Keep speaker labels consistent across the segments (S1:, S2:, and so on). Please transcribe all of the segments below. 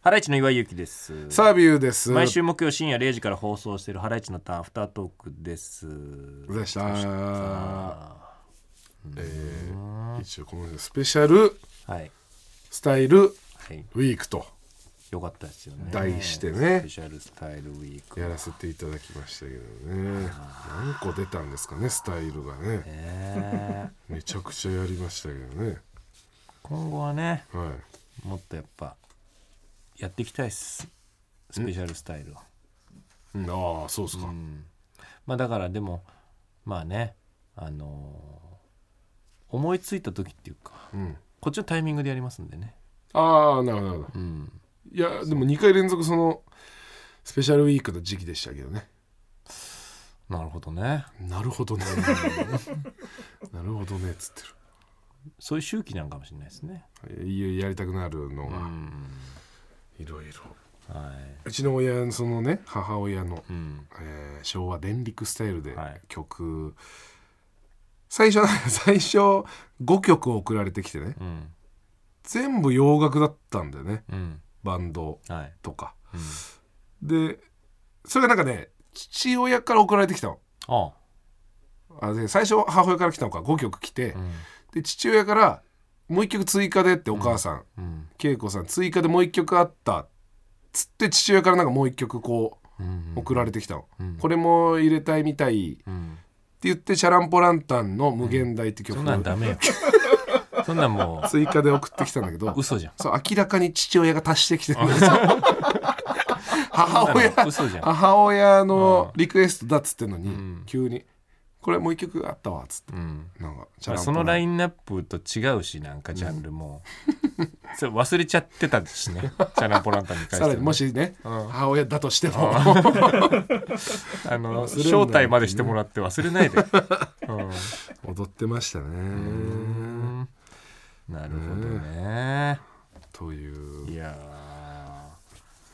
S1: ハライチの岩井ゆきです
S2: サービューです。
S1: 毎週木曜深夜0時から放送しているハライチのターンアフタートークです
S2: お疲れ様でした。えー一応このスペシャル
S1: はい
S2: スタイル
S1: はい
S2: ウィークと
S1: よかったですよね
S2: 題して
S1: スペ
S2: ね
S1: シャルスタイルウィーク
S2: やらせていただきましたけどね。何個出たんですかねスタイルがね。
S1: ね え
S2: めちゃくちゃやりましたけどね。
S1: 今後はね
S2: は
S1: もっとやっぱやっていきたいっすスペシャルスタイルを
S2: い。ああそうですか。
S1: まあだからでもまあねあのー思いついた時っていうか
S2: うん。
S1: こっちのタイミングでやりますんでね
S2: ああなるほどなるほ
S1: う
S2: ど。
S1: ん
S2: いやでも2回連続そのスペシャルウィークの時期でしたけどね。
S1: なるほどね
S2: なるほ どね。なるほどねっつって
S1: そういう周期なんかもしれないですね
S2: る。いややりたくなるの
S1: う
S2: が
S1: ん
S2: いろいろ。
S1: は
S2: うちの親そのね母親の
S1: い、うん、
S2: えー昭和電力スタイルで
S1: はい
S2: 曲、最初 最初5曲送られてきてね
S1: うん
S2: 全部洋楽だったんだよね
S1: うん
S2: バンド
S1: はい、
S2: とか
S1: うん、
S2: でそれがなんかね父親から送られてきたの
S1: ああ、
S2: あで最初母親から来たのか5曲来て
S1: うん
S2: で父親から「もう1曲追加で」ってお母さん
S1: うん
S2: 恵子、さん追加でもう1曲あったつって父親からなんかもう1曲こ
S1: うん
S2: う送られてきたの、
S1: うん
S2: これも入れたいみたい
S1: うん、
S2: って言って「シャランポランタン」の「無限大」って曲
S1: そんなんダメよそんなんも
S2: 追加で送ってきたんだけど
S1: う嘘じゃん
S2: そう明らかに父親が足してきてるんですよ
S1: そんな
S2: 母親
S1: の嘘じゃん
S2: 母親のリクエストだっつってんのに、
S1: うん
S2: 急に「これもう一曲あったわ」っつって
S1: うん
S2: なんかシ
S1: まあ
S2: ャラン
S1: そ
S2: ポラ
S1: の
S2: ン
S1: ラインナップと違うしなんかジャンルも、それ忘れちゃってたしねチャランポランタンに関して
S2: さ
S1: は
S2: ら
S1: ね、
S2: にもしね、
S1: うん
S2: 母親だとしても
S1: あの
S2: 忘れんだよ
S1: 招待までしてもらって忘れないで、
S2: 踊ってました
S1: う
S2: ね
S1: ん、なるほどね
S2: という
S1: いやー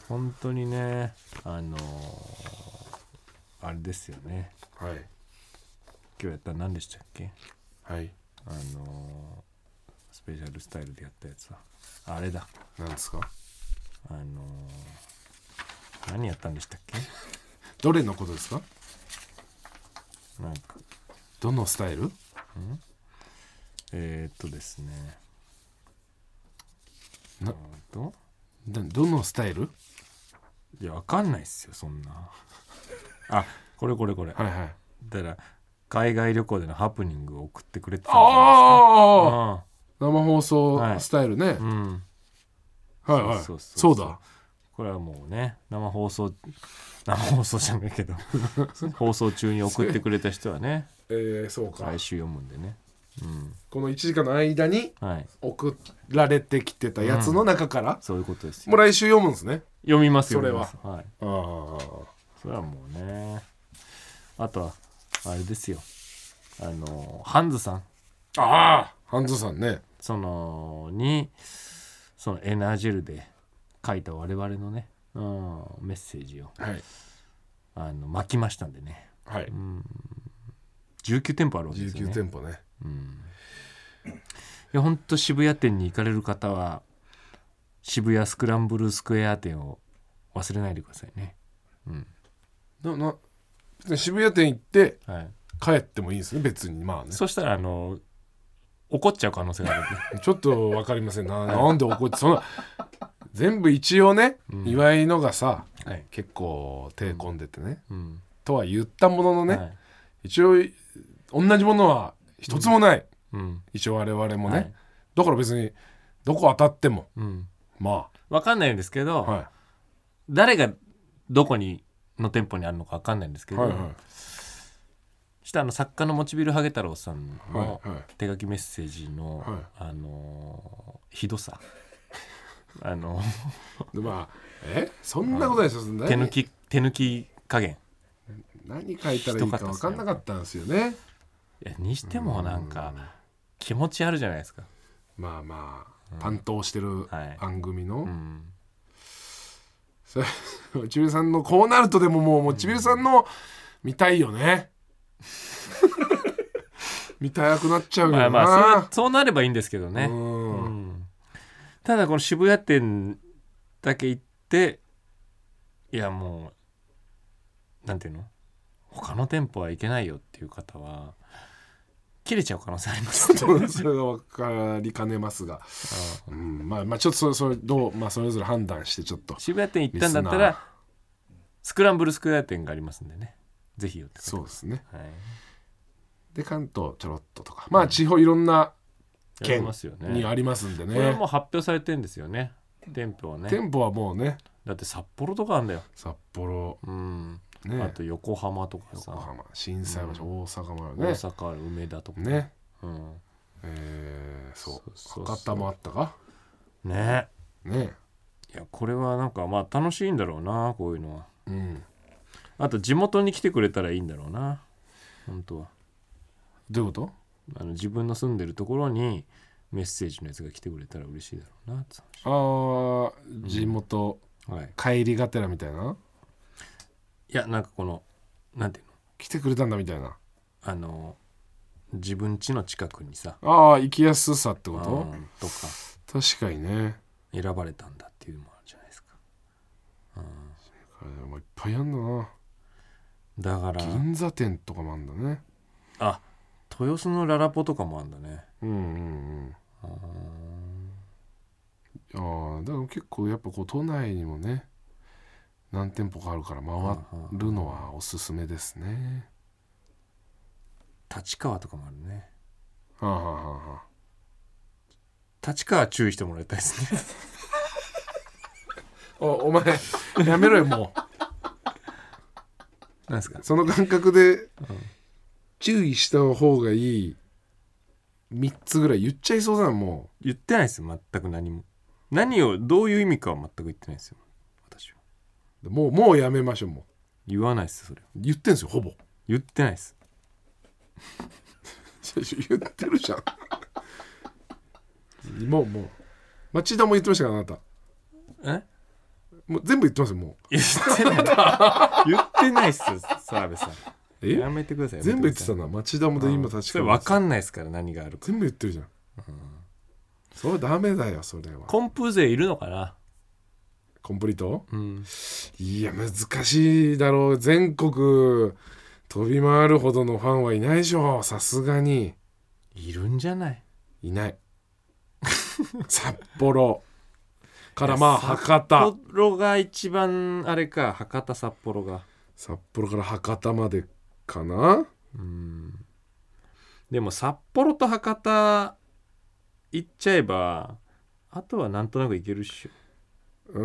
S1: 本当にねあのーあれですよね
S2: はい
S1: 今日やったら何でしたっけ
S2: はい
S1: あのースペシャルスタイルでやったやつはあれだ
S2: なんですか
S1: あのー何やったんでしたっけ
S2: どれのことですか
S1: なんか
S2: どのスタイル
S1: えー、っとですね
S2: な
S1: えーっと
S2: などのスタイル
S1: いやわかんないっすよそんなあこれこれこれ、
S2: はいはい
S1: だから海外旅行でのハプニングを送ってくれてたんじゃないです
S2: ああ
S1: か
S2: 生放
S1: は
S2: 送
S1: い
S2: スタイルね、
S1: うんうん
S2: はいはい
S1: そうそう
S2: そ
S1: そううそう
S2: だ
S1: これはもうね生放送生放送じゃないけ ど放送中に送ってくれた人は ね
S2: えーそうか
S1: 来週読むんでねう
S2: この1時間の間に
S1: んはい
S2: 送られてきてたやつの中から、
S1: そういうことですよ
S2: もう来週読むんですね
S1: 読みますよ
S2: それは
S1: 読みますはい
S2: ああ
S1: それはもうねあとはあれですよあのハンズさん
S2: ああハンズさんね
S1: そのにそのエナジェルで書いた我々のね、うん、メッセージを
S2: はい
S1: あの巻きましたんでね
S2: はい
S1: 19店舗あるわけですよ
S2: 19
S1: ね
S2: 店舗ね
S1: いや本当渋谷店に行かれる方は渋谷スクランブルスクエア店を忘れないでくださいね
S2: なな別に渋谷店行って
S1: はい
S2: 帰ってもいいんですね別にまあね
S1: そしたらあの怒っちゃう可能性があるん で
S2: ちょっと分かりませんななんで怒ってその全部一応ね、岩井のがさ
S1: はい、
S2: 結構手込んでてね、
S1: うん、
S2: とは言ったもののね、
S1: はい、
S2: 一応同じものは一つもない、
S1: うん、
S2: 一応我々もね、
S1: はい
S2: だから別にどこ当たっても
S1: うん、
S2: ま
S1: わかんないんですけど、
S2: あは
S1: 誰がどこにの店舗にあるのかわかんないんですけ
S2: い
S1: ど、
S2: はいはい
S1: そしたらあの作家のモチビルハゲ太郎さんの
S2: はいはい
S1: 手書きメッセージの、
S2: はい
S1: あのーひど さあの
S2: でまあえそんなことないですよ
S1: 手抜
S2: 何
S1: き手抜き加減
S2: 何書いたらいいか分かんなかったんですよね
S1: いやにしてもなんか気持ちあるじゃないですか
S2: まあまあ担当してる
S1: はい
S2: 番組
S1: う
S2: の
S1: ん
S2: それモチベルさんのこうなるとでももうモチベルさんの見たい よね見たくなっちゃうよ
S1: ま
S2: な
S1: あまあそれはそうなればいいんですけどね、
S2: うん
S1: うんただこの渋谷店だけ行っていやもうなんていうの他の店舗は行けないよっていう方は切れちゃう可能性ありますね
S2: それが分かりかねますが、
S1: うん
S2: うん、まあまあちょっとそれそれどうまあそれぞれ判断してちょっと
S1: 渋谷店行ったんだった
S2: リスナー
S1: らスクランブルスクエア店がありますんでねぜひよって
S2: そうですね。
S1: はい
S2: で関東ちょろっととか、まあ地方いろんな
S1: やり
S2: 県
S1: ますよね
S2: にありますんで
S1: これは
S2: ね
S1: も。う発表されてんですよね店舗はね
S2: 店舗はもうね、
S1: だって札幌とかあんだよ
S2: 札幌
S1: うん
S2: ね、
S1: あと横浜とか
S2: 横
S1: さ
S2: 浜、震災橋、
S1: うん
S2: 大阪もある
S1: 大
S2: ね。
S1: 阪ある梅田とか
S2: ね、
S1: うん
S2: えー、そ
S1: そうそうそう
S2: う、博多もあったか。
S1: ね
S2: ね、
S1: いやこれはなんかまあ楽しいんだろうなこういうのは
S2: うん、
S1: あと地元に来てくれたらいいんだろうな本当は
S2: どういうこと？
S1: あの自分の住んでるところにメッセージのやつが来てくれたら嬉しいだろうなつ
S2: あー地元、
S1: はい
S2: 帰りがてらみたいな、
S1: いやなんかこのなんていうの
S2: 来てくれたんだみたいな。
S1: あの自分家の近くにさ
S2: ああ行きやすさってこ
S1: う
S2: と？
S1: んとか
S2: 確かにね。
S1: 選ばれたんだっていうのもあるじゃないですか、う
S2: あれもいっぱいあんだな。
S1: ん、だから
S2: 銀座店とかもあんだね。
S1: あ豊洲のララポとかもあんだね
S2: うんうんうん。
S1: うん
S2: ああだから結構やっぱこう都内にもね何店舗かあるから回るのはおすすめですね。
S1: 立川とかもあるね
S2: はあ、はあはあは
S1: 立川注意してもらいたいです ね
S2: あ、おお前やめろよも
S1: なんですか
S2: う その感覚で注意した方がいい3つぐらい言っちゃいそうだなも
S1: 言ってないですよ全く何も何をどういう意味かは全く言ってないですよ私は
S2: うもうもうやめましょうも
S1: 言わないですそれは
S2: う言ってんすよほぼ
S1: 言ってないです
S2: 言ってるじゃん もうもう町田も言ってましたからあなた
S1: え
S2: もう全部言ってますよも
S1: 言ってない 言ってないっすよ澤部さん
S2: うえ
S1: やめてください
S2: 全部言ってた
S1: の
S2: な町田もで今確かに
S1: それ分かんないですから何があるか
S2: 全部言ってるじゃん、それはダメだよそれは
S1: コンプ勢いるのかな
S2: コンプリート
S1: うん
S2: いや難しいだろう全国飛び回るほどのファンはいないでしょさすがに
S1: いるんじゃない
S2: いない 札幌からまあ
S1: いや
S2: 博
S1: 札
S2: 多
S1: 幌が一番あれか博多札幌が
S2: 札幌から博多までかな
S1: うんでも札幌と博多行っちゃえばあとはなんとなく行けるっしょ
S2: うー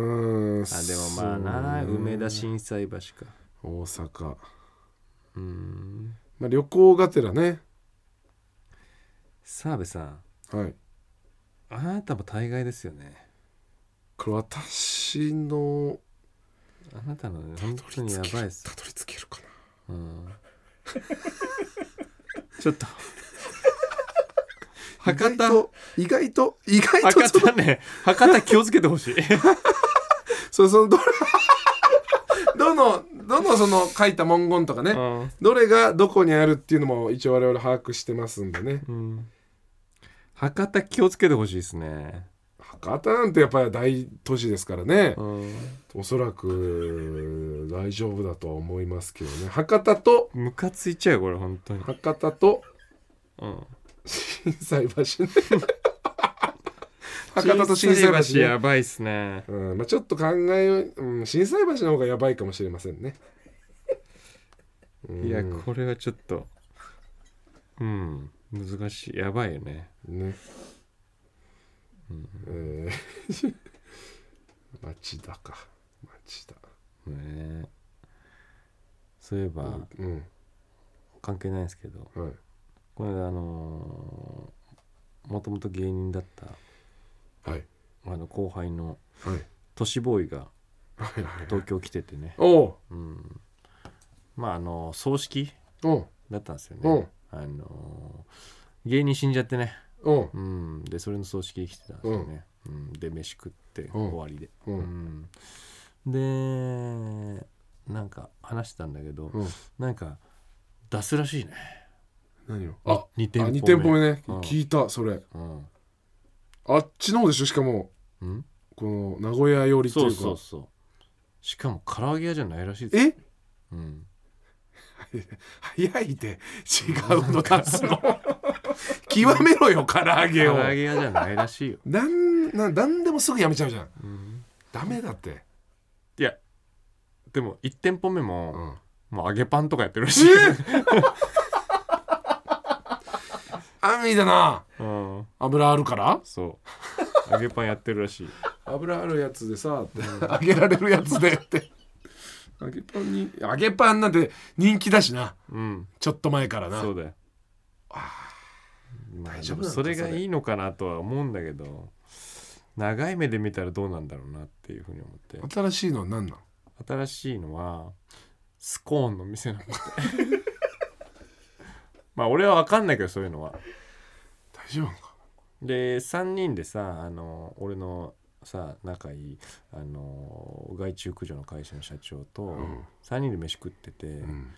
S2: ん
S1: あでもまあな
S2: そうね
S1: 梅田心斎橋か
S2: 大阪、
S1: うーん
S2: まあ、旅行がてらね
S1: 澤部さん
S2: はい
S1: あなたも大概ですよね
S2: これ私の
S1: あなたのね本当にやばいですよ、
S2: たどり着けるか
S1: う
S2: な
S1: ん、ちょっと博多
S2: 意外と意外と意外と
S1: 博多ね博多気をつけてほし い
S2: そそのどれ どのどのその書いた文言とかね、
S1: うん
S2: どれがどこにあるっていうのも一応我々把握してますんでね
S1: うん博多気をつけてほしいですね、
S2: 博多なんてやっぱり大都市ですからね、
S1: うん、
S2: おそらく大丈夫だとは思いますけどね博多と
S1: ムカついちゃうよこれ本当に、
S2: 博多と
S1: うん、
S2: 心斎 橋ね博多と心斎
S1: 心
S2: 橋ね
S1: やばいっすね
S2: うんまあ、ちょっと考えよう、うん、心斎橋の方がやばいかもしれませんね。うん
S1: いやこれはちょっとうん難しいやばいよね
S2: ね。えー 町田か。町田。
S1: ねそういえば、
S2: うん。
S1: 関係ないですけど
S2: はい。
S1: これあのー、もともと芸人だった
S2: はい。
S1: あの後輩の
S2: はい。
S1: 都市ボーイが
S2: はい。はい。
S1: 東京来ててね、
S2: おう
S1: うん、まああの葬式
S2: おう
S1: だったんですよ
S2: う
S1: ね
S2: ん、
S1: あのー芸人死んじゃってね、
S2: おう
S1: うん、でそれの葬式に来てたんですよね、うん、で飯食って
S2: うん
S1: 終わりで、
S2: う。
S1: うんんでなんか話してたんだけど、
S2: うん。
S1: なんか出すらしいね
S2: 何をあ
S1: 2
S2: あ、
S1: 店舗目
S2: 二店舗目ね。
S1: うん
S2: 聞いた、それ。
S1: うん
S2: あっちの方でしょしかも、
S1: うん
S2: この名古屋寄りってい
S1: そうう
S2: か
S1: そうそうしかも唐揚げ屋じゃないらしいですよう
S2: え
S1: ん、
S2: 早いで違うの出す の極めろよ唐揚
S1: 唐
S2: げを
S1: 揚げ屋じゃないら しいよ、
S2: なんなんなんでもすぐやめちゃうじゃん
S1: うん、
S2: ダメだって、
S1: いやでも1店舗目も、
S2: うん、
S1: もう揚げパンとかやってるらしい、 う、
S2: 安易だなん油あるから
S1: そう 揚げパンやってるらしい
S2: 油あるやつでさって 揚げられるやつでって 揚げパンに揚げパンなんて人気だしな
S1: うん
S2: ちょっと前からな
S1: そうだよまあ
S2: 大
S1: で
S2: 丈夫
S1: も
S2: なんだ
S1: それがいいのかなとは思うんだけど長い目で見たらどうなんだろうなっていうふうに思って
S2: 新しいのは何なの
S1: 新しいのはスコーンの店なんだって まあ俺は分かんないけどそういうのは
S2: 大丈夫なのか
S1: で3人でさあの俺のさ仲いいあの外注駆除の会社の社長と
S2: ん
S1: 3人で飯食ってて、
S2: うん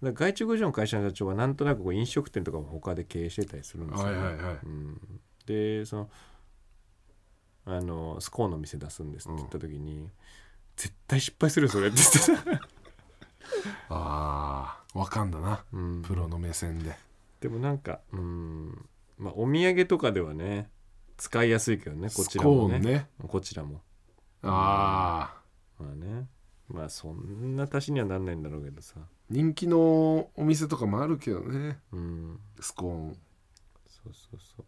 S1: だから外注駆除の会社の社長はなんとなくこう飲食店とかも他で経営してたりするんですよ、
S2: は
S1: ね
S2: いはいはい
S1: うん、でそのあのスコーンの店出すんですって言った時に、絶対失敗するよそれって言ってた、
S2: あーわかんだな
S1: うん
S2: プロの目線で
S1: でもなんか、うんまあ、お土産とかではね使いやすいけどねこ
S2: ス
S1: ちらも
S2: コ
S1: ね
S2: ーンね
S1: こちらも
S2: ああ
S1: まあねまあそんな足しにはなんないんだろうけどさ
S2: 人気のお店とかもあるけどね
S1: うん
S2: スコーン
S1: そうそうそう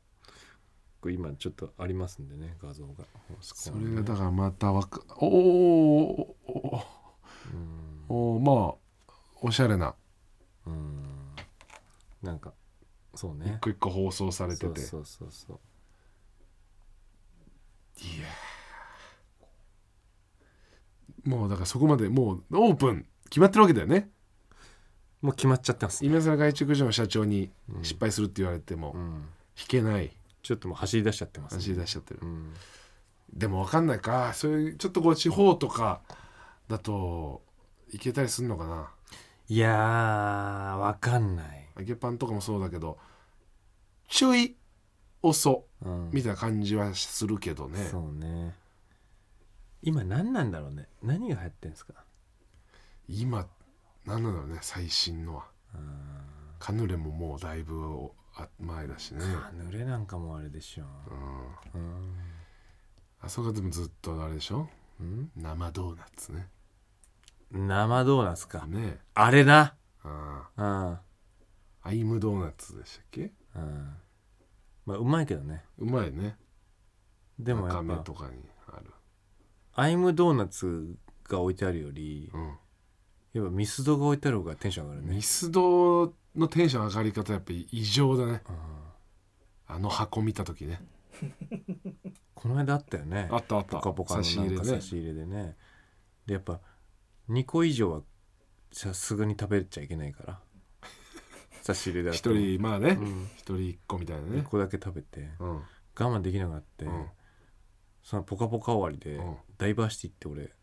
S1: これ今ちょっとありますんでね画像が
S2: そ
S1: そ
S2: れがだからまたわかおーおーおー
S1: うん
S2: おーまあおしゃれな
S1: うんなんかそうね
S2: 一個一個放送されてて
S1: そうそうそうそう
S2: いやーもうだからそこまでもうオープン決まってるわけだよね
S1: もう決まっちゃってますね、
S2: 今更外注所の社長に
S1: うん
S2: 失敗するって言われても
S1: うん、
S2: 引けない
S1: ちょっともう走り出しちゃってます、
S2: 走り出しちゃってる
S1: うん、
S2: でも分かんないかそういうちょっとこう地方とかだといけたりするのかない
S1: やーわかんない、
S2: 揚げパンとかもそうだけどちょい遅
S1: うん、
S2: みたいな感じはするけどね
S1: そうね今何なんだろうね何が流行ってんですか
S2: 今何なんだろうね最新のは
S1: うん
S2: カヌレももうだいぶあ前だしね
S1: あ濡れなんかもあれでしょ
S2: うん
S1: うん、
S2: あそこはでもずっとあれでしょ
S1: うん、
S2: 生ドーナツね
S1: 生ドーナツか
S2: ね
S1: あれな
S2: あ
S1: うん、
S2: あアイムドーナツでしたっけ
S1: うん、まあうまいけどね
S2: うまいね
S1: でもや
S2: 赤
S1: っ
S2: 目
S1: ぱ
S2: とかにある
S1: アイムドーナツが置いてあるより
S2: うん
S1: やっぱミスドが置いてある方がテンション上がるね
S2: ミスドのテンション上がり方やっぱ異常だね
S1: うん
S2: あの箱見た時ね
S1: この間あったよね
S2: あったあっ
S1: ポ
S2: た
S1: カポカの
S2: 差し入
S1: な
S2: れ
S1: んか
S2: ね
S1: 差し入れでねでやっぱ2個以上はさすがに食べちゃいけないから 差し入れだ
S2: 一人まあね
S1: うん、
S2: 一人一個みたいな
S1: 1
S2: ね
S1: 個だけ食べて
S2: うん
S1: 我慢できなくなって、
S2: うん
S1: そのポカポカ終わりで、
S2: うん
S1: ダイバーシティって俺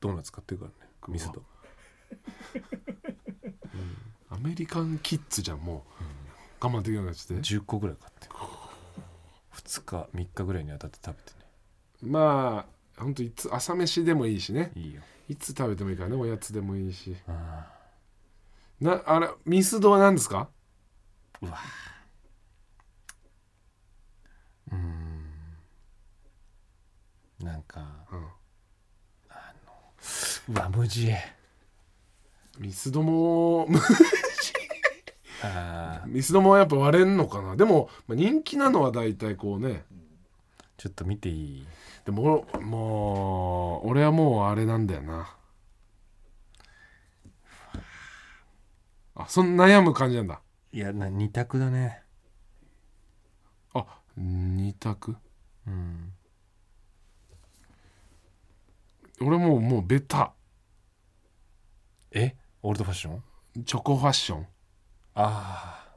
S1: ドーナツ買ってるからね
S2: うわ
S1: ミスド
S2: アメリカンキッズじゃんもう我慢できなくなっちゃって
S1: 10個ぐらい買って2日3日ぐらいに当たって食べて
S2: まあほんといつ朝飯でもいいし
S1: ね
S2: ね
S1: いいよ
S2: いつ食べてもいいからねおやつでもいいし
S1: あ
S2: なあれミスドは何ですか
S1: ーうわうーんなんか
S2: うん
S1: うわ無地
S2: ミスドも
S1: あー
S2: ミスドもやっぱ割れんのかなでも、まあ、人気なのは大体こうね
S1: ちょっと見ていい
S2: でもおもう俺はもうあれなんだよなあそんな悩む感じなんだ
S1: いやな二択だね
S2: あ二択
S1: うん
S2: 俺もうもうベタ
S1: えオールドファッション
S2: チョコファッション
S1: あ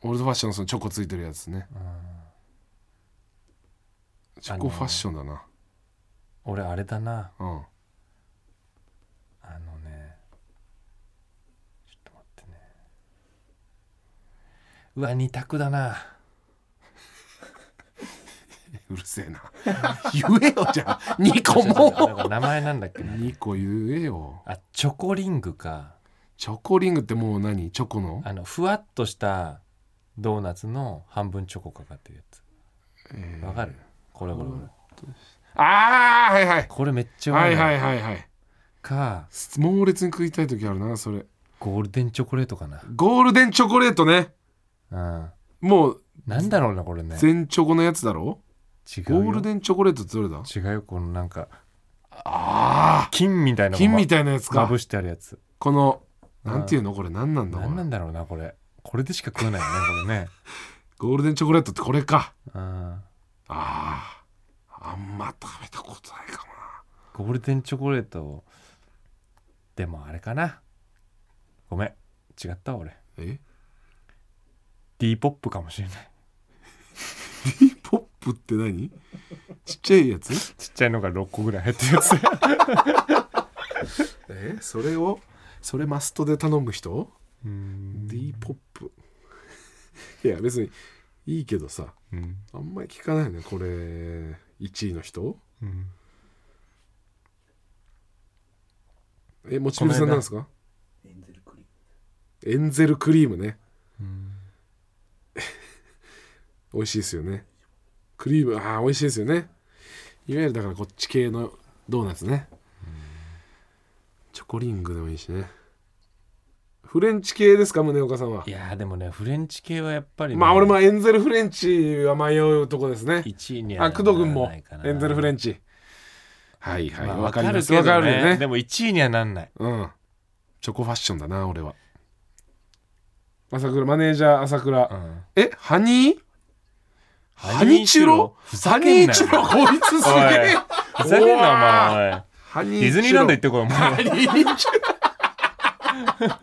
S2: オールドファッションのそのチョコついてるやつね
S1: あ、うん、
S2: チョコファッションだな、
S1: 俺あれだな
S2: うん
S1: あのねちょっと待ってねうわ二択だな
S2: うるせえな 言えよじゃあ2個
S1: なん
S2: も
S1: か名前なんだっけな
S2: 2個言えよ
S1: あチョコリングか
S2: チョコリングってもう何チョコの
S1: あのふわっとしたドーナツの半分チョコかかってるやつ
S2: えー
S1: わかるこれこれこれ
S2: ああはいはい
S1: これめっちゃうま
S2: はいい
S1: な
S2: はいはいはい
S1: か
S2: 猛烈に食いたい時あるなそれ
S1: ゴールデンチョコレートかな
S2: ゴールデンチョコレートね
S1: うん
S2: もう
S1: なんだろうなこれね
S2: 全チョコのやつだろ
S1: 違う
S2: ゴ
S1: よ
S2: ールデンチョコレートってどれだ
S1: 違うよこのなんか
S2: あ
S1: 金みたい
S2: あ
S1: な
S2: 金み
S1: た
S2: たいなやつ
S1: ま
S2: か
S1: ぶしてあるやつ
S2: この
S1: うん
S2: なんていうのこれ何なんだこ
S1: なんな
S2: れ
S1: んだろうなこれこれでしか食わないよねこれね
S2: ゴールデンチョコレートってこれか
S1: うん
S2: あああんま食べたことないかも
S1: ゴールデンチョコレートでもあれかなごめん違ったわ俺
S2: なえ
S1: D ポップかもしれない
S2: D ポップって何ちっちゃいやつ
S1: ちっちゃいのが6個ぐらい入ってる やつ
S2: えそれをそれマストで頼む人
S1: うん
S2: D ポップ いや別にいいけどさ
S1: うん
S2: あんまり聞かないよねこれ1位の人
S1: うん
S2: えもちみるさんなんですか
S3: エンゼルクリ
S2: エンゼルクリームね
S1: うん
S2: 美味しいですよねクリームああ美味しいですよねいわゆるだからこっち系のドーナツねチョコリングでもいいしねフレンチ系ですか宗岡さんはい
S1: やーでもねフレンチ系はやっぱりね、
S2: まあ俺もエンゼルフレンチは迷うとこですね
S1: 1位には
S2: あ工藤君
S1: な
S2: も
S1: らないかな
S2: エンゼルフレンチはいはい
S1: まあ
S2: わ、
S1: わか
S2: かりま
S1: る
S2: す
S1: けど
S2: わ
S1: ね
S2: かるよね
S1: でも1位にはなんない
S2: うんチョコファッションだな俺は朝倉マネージャー朝倉、
S1: ん
S2: えハニーハ
S1: ハ
S2: ニ
S1: ニ
S2: ー
S1: ー
S2: チ
S1: チ
S2: ュ
S1: ュ
S2: ロ
S1: ロ
S2: ハニーチュロこいつすげえ
S1: ふざけんなお
S2: わあ
S1: 前おい
S2: ハニ
S1: デ
S2: ーチュロ
S1: ィズニーランド行ってこいお前
S2: ハニーチュロ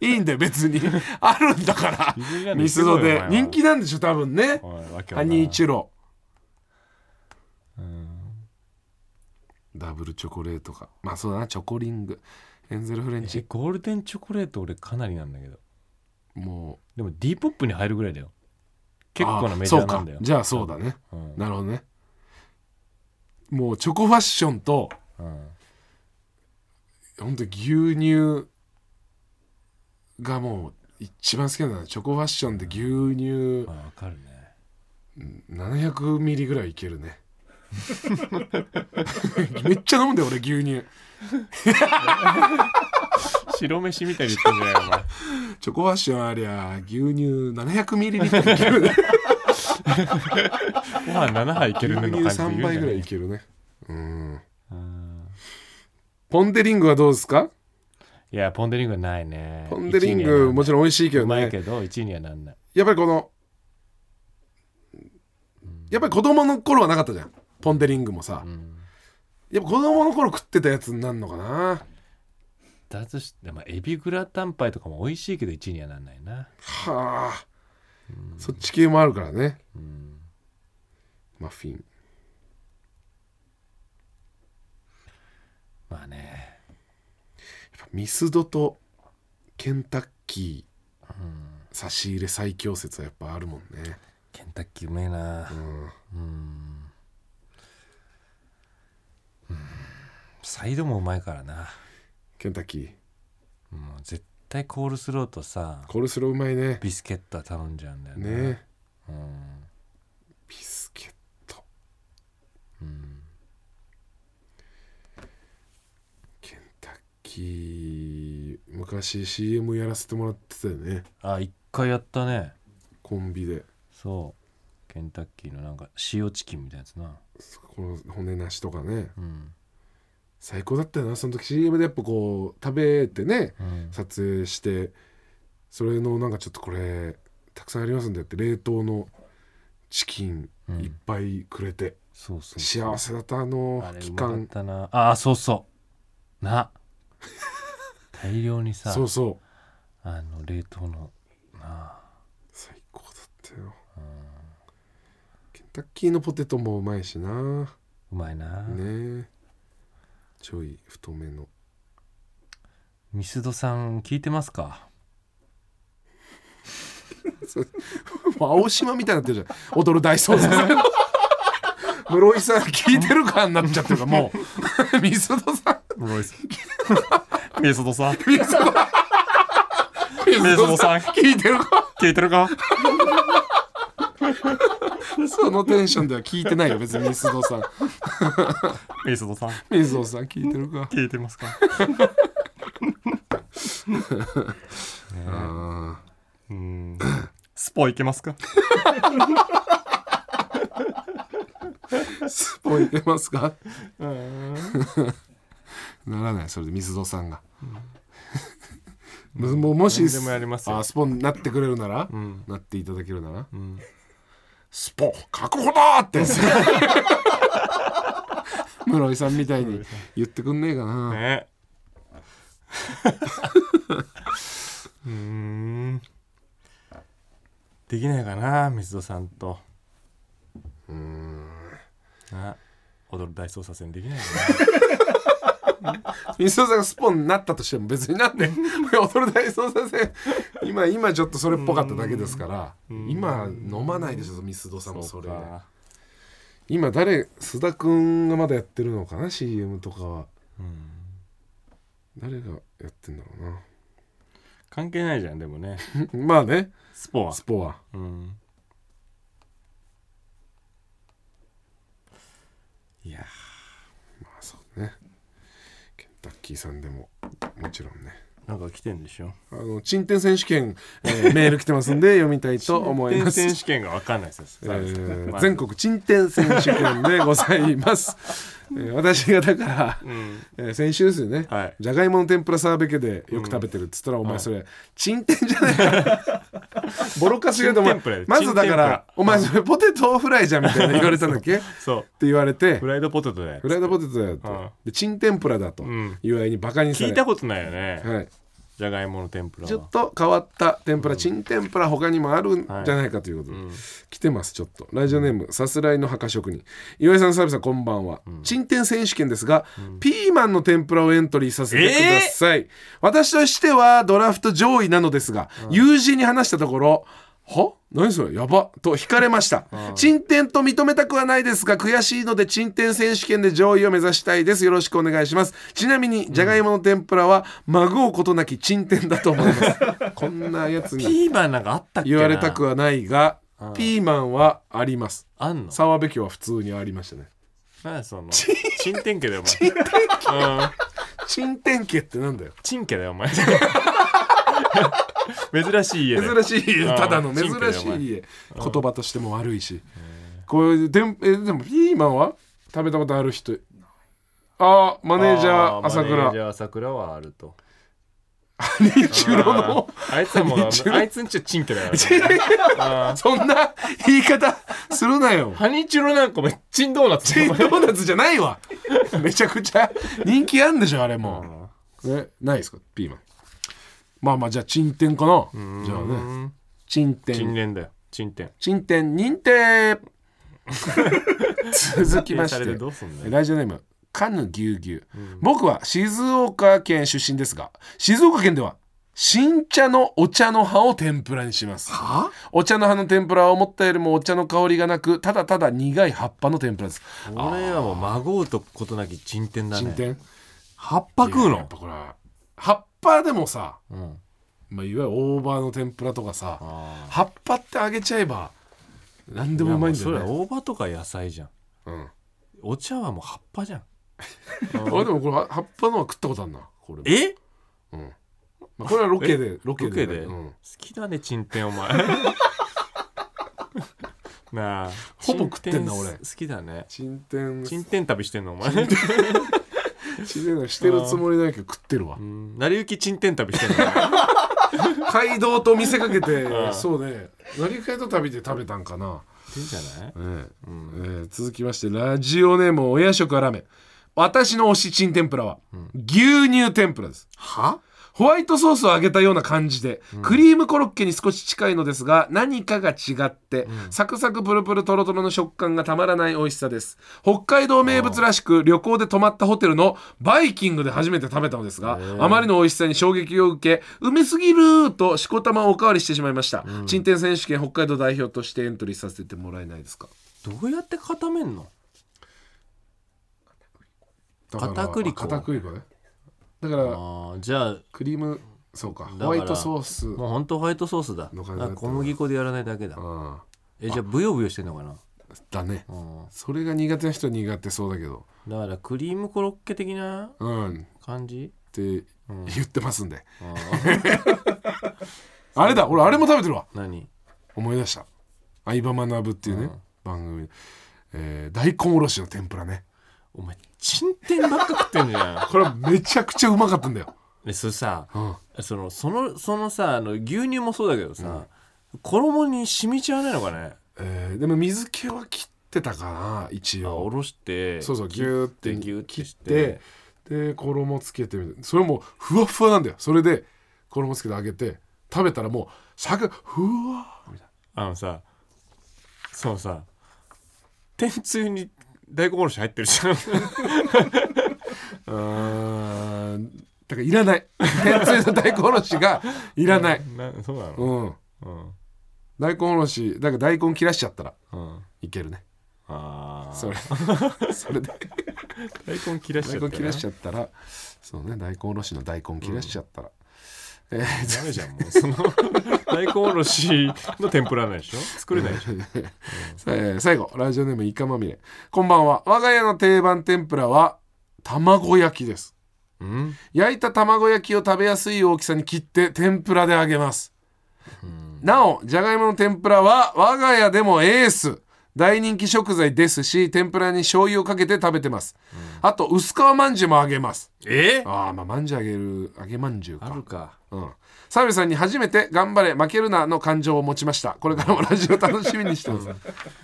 S2: いいんだよ別にあるんだか
S1: ディズニーラ
S2: ら
S1: ンド行っ
S2: ミ
S1: てこ
S2: ス
S1: い
S2: ド
S1: お前
S2: で人気なんでしょ多分ね
S1: おいわけわか
S2: ハ
S1: んない
S2: ニーチュロ
S1: うん
S2: ダブルチョコレートかまあそうだなチョコリングエンゼルフレン
S1: え
S2: チ
S1: ゴールデンチョコレート俺かなりなんだけど
S2: もう
S1: でも D ポップに入るぐらいだよ結構なメジャーなんだよ
S2: あそうかじゃあそうだね
S1: うん
S2: なるほどねもうチョコファッションと
S1: うん
S2: 本当牛乳がもう一番好きなんだなチョコファッションで牛乳
S1: まあわかるね
S2: 700ミリぐらいいけるね めっちゃ飲むんだよ俺牛乳
S1: 白飯みたいに言ってんじゃないよお前
S2: チョコファッションありゃ牛乳700ミリリットルいけるね
S1: ご飯7杯いけ
S2: 牛
S1: る
S2: 乳
S1: ねの感じで言うん
S2: 3
S1: じゃな
S2: 杯ぐらいい
S1: い
S2: けるねうん
S1: うん
S2: ポン・デ・リングはどうですか
S1: いやポンデリングはないね
S2: ポン・デ・リングもちろん美味しいけ
S1: う
S2: ど
S1: まい
S2: ね
S1: けど1位にはなんない
S2: やっぱりこのやっぱり子供の頃はなかったじゃんポン・デ・リングもさ
S1: うん
S2: やっぱ子供の頃食ってたやつになるのかな
S1: だとしてまあエビグラタンパイとかも美味しいけど1位にはなんないな
S2: はあそっち系もあるからね
S1: うん
S2: マフィン
S1: まあね
S2: ミスドとケンタッキ
S1: うん
S2: ー差し入れ最強説はやっぱあるもんね
S1: ケンタッキーうめえな
S2: うん
S1: うんうんサイドもうまいからな
S2: ケンタッキー
S1: もう絶対コールスローとさ
S2: コールスローうまいね
S1: ビスケットは頼んじゃうんだよね
S2: ね
S1: うん
S2: ビスケット
S1: うん
S2: ケンタッキー昔 CM やらせてもらってたよね
S1: あ一回やったね
S2: コンビで
S1: そうケンタッキーのなんか塩チキンみたいなやつな
S2: この骨なしとかね
S1: うん、
S2: 最高だったよなその時 CM でやっぱこう食べてね
S1: うん、
S2: 撮影してそれのなんかちょっとこれたくさんありますんでって冷凍のチキン
S1: うん
S2: いっぱいくれて、
S1: そうそうそう
S2: 幸せだったあの
S1: あれ
S2: 期
S1: うまかっ
S2: 間
S1: たなああそうそうな大量にさ
S2: そうそう
S1: あの冷凍のな
S2: 最高だったよ、ケンタッキーのポテトもうまいしな
S1: うまいな、
S2: ねえちょい太めの
S1: ミスドさん聞いてますか
S2: もう青島みたいになってるじゃん踊る大捜査線室井さん聞いてるかになっちゃってるからもうミスドさん
S1: 室 井さん宮里さん
S2: ミスドさんミ
S1: スドさん
S2: 聞いてるか
S1: 聞いてるか
S2: そのテンションでは聞いてないよ別にミスドさん
S1: 宮里さん
S2: ミスドさん聞いてるか
S1: 聞いてますか
S2: あ
S1: うんスポ行けますか
S2: ースポイてますか
S1: うん
S2: ならないそれで水戸さんが、もうもし
S1: 何でもやりますよ
S2: あスポンなってくれるなら、
S1: ん
S2: なっていただけるなら、
S1: ん
S2: スポ確保だーって室井さんみたいに言ってくんねえかな、
S1: ねうーんできないかな水戸さんとうーんあ踊る大捜査線できないか
S2: 水戸さんがスポンになったとしても別になんで踊る大捜査線今今ちょっとそれっぽかっただけですから今飲まないでしょ水戸さ ん
S1: な
S2: もそ
S1: そう
S2: れ
S1: か
S2: 今誰須田くんがまだやってるのかな CM とかは
S1: うん
S2: 誰がやってんだろうな
S1: 関係ないじゃんでもね
S2: まあね、
S1: スポは
S2: スポは。
S1: うんいや
S2: まあそうね。ケンタッキーさんでも、もちろんね。
S1: ーなんか来てんでしょ
S2: あの、珍点選手権、え ーメール来てますんで、読みたいと思い
S1: 点
S2: ます。
S1: 選手権が分かんないです
S2: え
S1: よ、
S2: ー
S1: まず
S2: 全、国珍点選手権でござ います。えー私がだから、
S1: うん、
S2: えー先週ですよね。
S1: はい
S2: じゃがいもの天ぷら澤部家でよく食べてるっつったら、お前それ、珍点じ ゃないかボロカス言うとお前
S1: 珍天ぷらよ
S2: まずだか
S1: 珍天ぷ
S2: ら
S1: ら
S2: お前それポテトフライじゃんみたいな言われたんだっけっ
S1: そう
S2: て言われて
S1: フライドポテトだよ
S2: フライドポテトだよと、
S1: うん
S2: でチン天ぷらだと
S1: ん
S2: いうあいにバカにされ
S1: 聞いたことないよね、
S2: はい、
S1: じゃがいもの天ぷらは
S2: ちょっと変わった天ぷら、チン天ぷら他にもあるん
S1: はい
S2: じゃないかということで、来てますちょっとラジオネームさすらいの墓職人岩井さん澤部さんこんばんは、チン天選手権ですが、ピーマンの天ぷらをエントリーさせてください、私としてはドラフト上位なのですが、友人に話したところは何それやばと惹かれました珍点と認めたくはないですが悔しいので珍点選手権で上位を目指したいですよろしくお願いしますちなみにじゃがいもの天ぷらはまごうことなき珍点だと思いますこんなやつに
S1: ピーマンなんかあったっけな
S2: 言われたくはないがピーマンはあります
S1: あんの
S2: 沢部家は普通にありましたね
S1: なんでそのチン天家だよお前チン家、うん、
S2: 珍点家ってなんだよ
S1: チン家だよお前珍しい家だよ
S2: 珍しい家
S1: あー
S2: ただの珍
S1: 珍家だよ
S2: しい家言葉としても悪いしこれでんえでもピーマンは食べたことある人あーマネージャー朝
S1: マネ
S2: 倉
S1: ージャー朝倉はあると
S2: リチュロの
S1: あーあいつはもう
S2: チュロ
S1: あいつんちはチン家だよ
S2: そんな言い方するなよ
S1: ハニチュロなんかお前チンドーナツ
S2: チンドーナツじゃないわめちゃくちゃ人気あんでしょあれ
S1: う
S2: も
S1: ん
S2: えないですかピーマンまあまあじゃあ珍点かなじゃあね
S1: うん
S2: 珍
S1: チン
S2: 点
S1: レンだよチン天
S2: 珍点認 定続きま
S1: さ
S2: し
S1: れ
S2: て
S1: どうすんだよ
S2: ラジオネームカヌギュウギュウ、僕は静岡県出身ですが静岡県では新茶のお茶の葉を天ぷらにしますお茶の葉の天ぷらは思ったよりもお茶の香りがなくただただ苦い葉っぱの天ぷらです
S1: これはもう孫うとことなきチン天だね
S2: 新天
S1: 葉っぱ食う
S2: いややっ
S1: の
S2: ぱこれは葉っぱでもさ、
S1: うん
S2: まあ、いわゆる大葉の天ぷらとかさ
S1: あー
S2: 葉っぱって揚げちゃえば何でもうまいんだ
S1: や
S2: よ
S1: もうそ
S2: ね
S1: れは大葉とか野菜じゃん
S2: うん
S1: お茶はもう葉っぱじゃん
S2: 俺でもこれ葉っぱのは食ったことあるなこれも、
S1: え
S2: うんまあ、これはロケでロケ
S1: ロケ
S2: で
S1: で、
S2: うん
S1: 好きだねチンテンお前 なあ
S2: ほぼ食ってん
S1: チ
S2: な
S1: ンテン
S2: 俺
S1: 好きだね
S2: 珍点
S1: チンテン旅してんのお前
S2: 知れないしてるつもりないけど食ってるわ
S1: うん成り行きチンテン旅してんのお 前
S2: 街道と見せかけて
S1: ん
S2: そうね成り街道旅で食べたんかな、
S1: いいんじゃない
S2: ええええ続きましてラジオネーム親食あらめ私の推しチン天ぷらは、牛乳天ぷらです
S1: は
S2: ホワイトソースを揚げたような感じで、クリームコロッケに少し近いのですが何かが違って、サクサクプルプルトロトロの食感がたまらない美味しさです北海道名物らしく旅行で泊まったホテルのバイキングで初めて食べたのですがあまりの美味しさに衝撃を受けうめすぎるとしこたまおかわりしてしまいました珍天選手権北海道代表としてエントリーさせてもらえないですか
S1: どうやって固めんの
S2: だから
S1: 片栗粉
S2: 片栗粉ねだから
S1: あーじゃあ
S2: クリームそうか
S1: だから
S2: ホワイトソース
S1: もう本当ホワイトソースだ
S2: の感じだったな
S1: あ小麦粉でやらないだけだ
S2: あ
S1: えじゃあブヨブヨしてんのかな
S2: ーだね
S1: うん
S2: それが苦手な人は苦手そうだけど
S1: だからクリームコロッケ的な
S2: うんっ
S1: 感じ
S2: て
S1: うん
S2: 言ってますんで、
S1: あー
S2: あれだ俺あれも食べてるわ
S1: 何
S2: 思い出した相葉学ぶっていうね、
S1: うん
S2: 番組、えー大根おろしの天ぷらね
S1: お前チンテンばっか食ってんじゃん
S2: これめちゃくちゃうまかったんだよ、
S1: でそれさ
S2: うん、
S1: そのそのそのさあの牛乳もそうだけどさ、衣に染みちゃわないのかね
S2: えーでも水気は切ってたかな一
S1: あお
S2: 応
S1: ろして
S2: そうそう
S1: 切
S2: ギューって
S1: ギューって
S2: 切っ
S1: して
S2: てで衣つけてみてそれもふわふわなんだよそれで衣つけて揚げて食べたらもうサクふわーみたい
S1: あのさそのさ天つゆに大根おろし入ってるじゃん
S2: なうーんだからいらない天つゆの大根おろしがいら ない
S1: なそうなの
S2: うん
S1: うん
S2: 大根おろしだから大根切らしちゃったら
S1: うん
S2: いけるね
S1: ああ
S2: それそれで
S1: 大根切らしちゃ
S2: 大
S1: った
S2: 根切らしち
S1: ゃっ
S2: ゃったらそうね大根おろしの大根切らしちゃったら、えー
S1: ダメじゃんもうそ の大根おろしの天ぷらないでしょ作れないでしょ
S2: さえー最後ラジオネームイカまみれこんばんは我が家の定番天ぷらは卵焼きです
S1: うん、
S2: 焼いた卵焼きを食べやすい大きさに切って天ぷらで揚げます
S1: うん、
S2: なおじゃがいもの天ぷらは我が家でもエース大人気食材ですし天ぷらに醤油をかけて食べてます、あと薄皮まんじゅうも揚げます
S1: え
S2: あーまあまんじゅう揚げる揚げまんじゅう
S1: あ
S2: か
S1: るか
S2: うん、澤部さんに初めて「頑張れ負けるな」の感情を持ちましたこれからもラジオ楽しみにしてます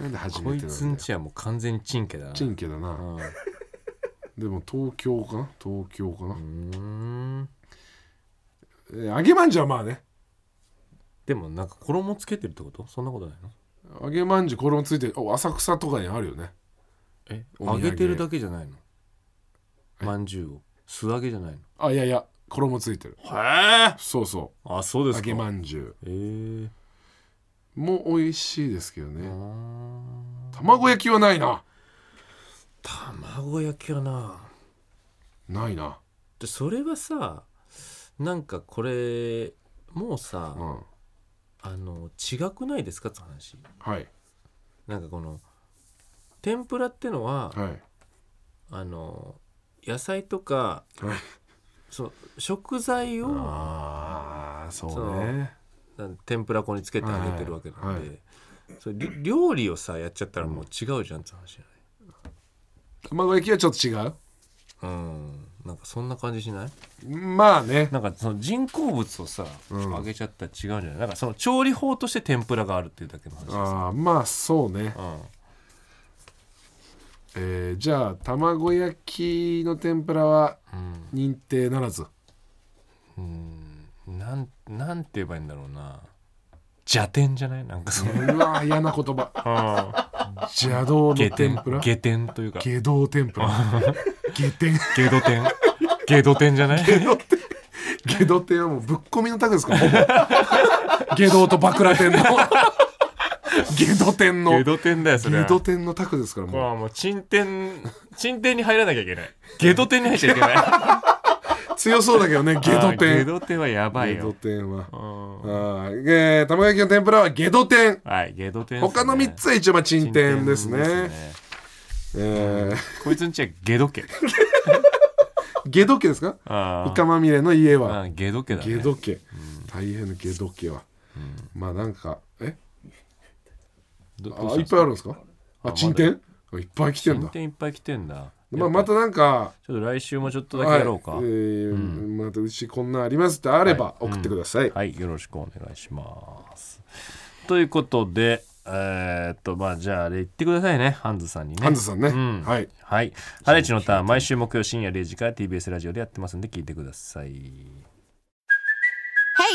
S2: なんで初
S1: こ
S2: め
S1: い
S2: てなん
S1: つ
S2: だよ
S1: んちはもう完全にチンケだな
S2: ちんけだな、
S1: うん
S2: でも東京かな東京かな、
S1: うーん
S2: えー揚げまんじゅうはまあね
S1: でもなんか衣つけてるってことそんなことないの
S2: 揚げまんじゅうこれもついてお浅草とかにあるよね
S1: え
S2: お土
S1: 揚
S2: 産
S1: げてるだけじゃないのまんじゅうを素揚げじゃないの
S2: あいやいやこれもついてる
S1: へえ
S2: そうそ
S1: あそう
S2: う
S1: で
S2: 揚
S1: すか
S2: げまんじゅ
S1: えー
S2: うも美味しいですけど
S1: うー
S2: ね
S1: ん
S2: 卵焼きはないな
S1: 卵焼きはな
S2: ないな
S1: でそれはさなんかこれもうさ、
S2: うん
S1: あの違くないですかって話
S2: はい
S1: なんかこの天ぷらってのは、
S2: はい
S1: あの野菜とか
S2: はい
S1: そう食材を
S2: ああそうね
S1: なん天ぷら粉につけて揚げてるわけなんで、
S2: はいはい
S1: それり料理をさやっちゃったらもう違うじゃんって話じ
S2: 卵焼きはちょっと違う
S1: ゃないうんなんかそんな感じしない
S2: まあね
S1: なんかその人工物をさ、
S2: うん
S1: 揚げちゃったら違うじゃないなんかその調理法として天ぷらがあるっていうだけの話です
S2: あーまあそうね、
S1: うん
S2: えーじゃあ卵焼きの天ぷらは
S1: うん
S2: 認定ならず
S1: うんなんなんて言えばいいんだろうな邪天じゃないなんかその
S2: うわー嫌な言葉邪道の
S1: 下
S2: 天
S1: 天
S2: ぷら
S1: 下天というか
S2: 下道 天ぷら下天
S1: ゲド天ゲド天じゃない
S2: 下道天はもうぶっ込みのタグですかほぼ 下道とバクラ天 の下道天の
S1: ゲド天だよそれ
S2: 下
S1: は
S2: 道天のタグですから
S1: これ
S2: も
S1: はもう珍天珍天に入らなきゃいけないゲド天に入っちゃい けない
S2: う強そうだけどね下道
S1: あーゲ
S2: 天
S1: ド天はやばい
S2: 下道
S1: よ
S2: 天
S1: うん
S2: はあーえー卵焼きの天ぷらは下道天
S1: はいゲド天ですね
S2: 他の3つは一応まあ珍天ですね
S1: 珍天ですね
S2: えー
S1: こいつんちはゲド家
S2: 下戸家ですか
S1: あ
S2: イカまみれの家は
S1: あゲド家だね
S2: 下戸家、大変な下戸家は、まあなんかえ
S1: どどう
S2: あ
S1: した
S2: いっぱいあるんですかあ
S1: だ
S2: 珍店あいっぱい来てん
S1: 珍
S2: だ
S1: 天いっぱい来てんだ
S2: まあ、
S1: やっ
S2: ま
S1: ぱ
S2: たなんか
S1: ちょっと来週もちょっとだけやろうか
S2: はいえーまたうちこんなんありますってあれば送ってください、
S1: はい、よろしくお願いします。ということで、えーっと、まあ、じゃあ、あれ言ってくださいね、ハンズさんにね。
S2: ハンズさんね、
S1: うん
S2: はい
S1: はい。ハライチのターン、毎週木曜深夜0時から TBS ラジオでやってますんで、聞いてください。
S3: Hey,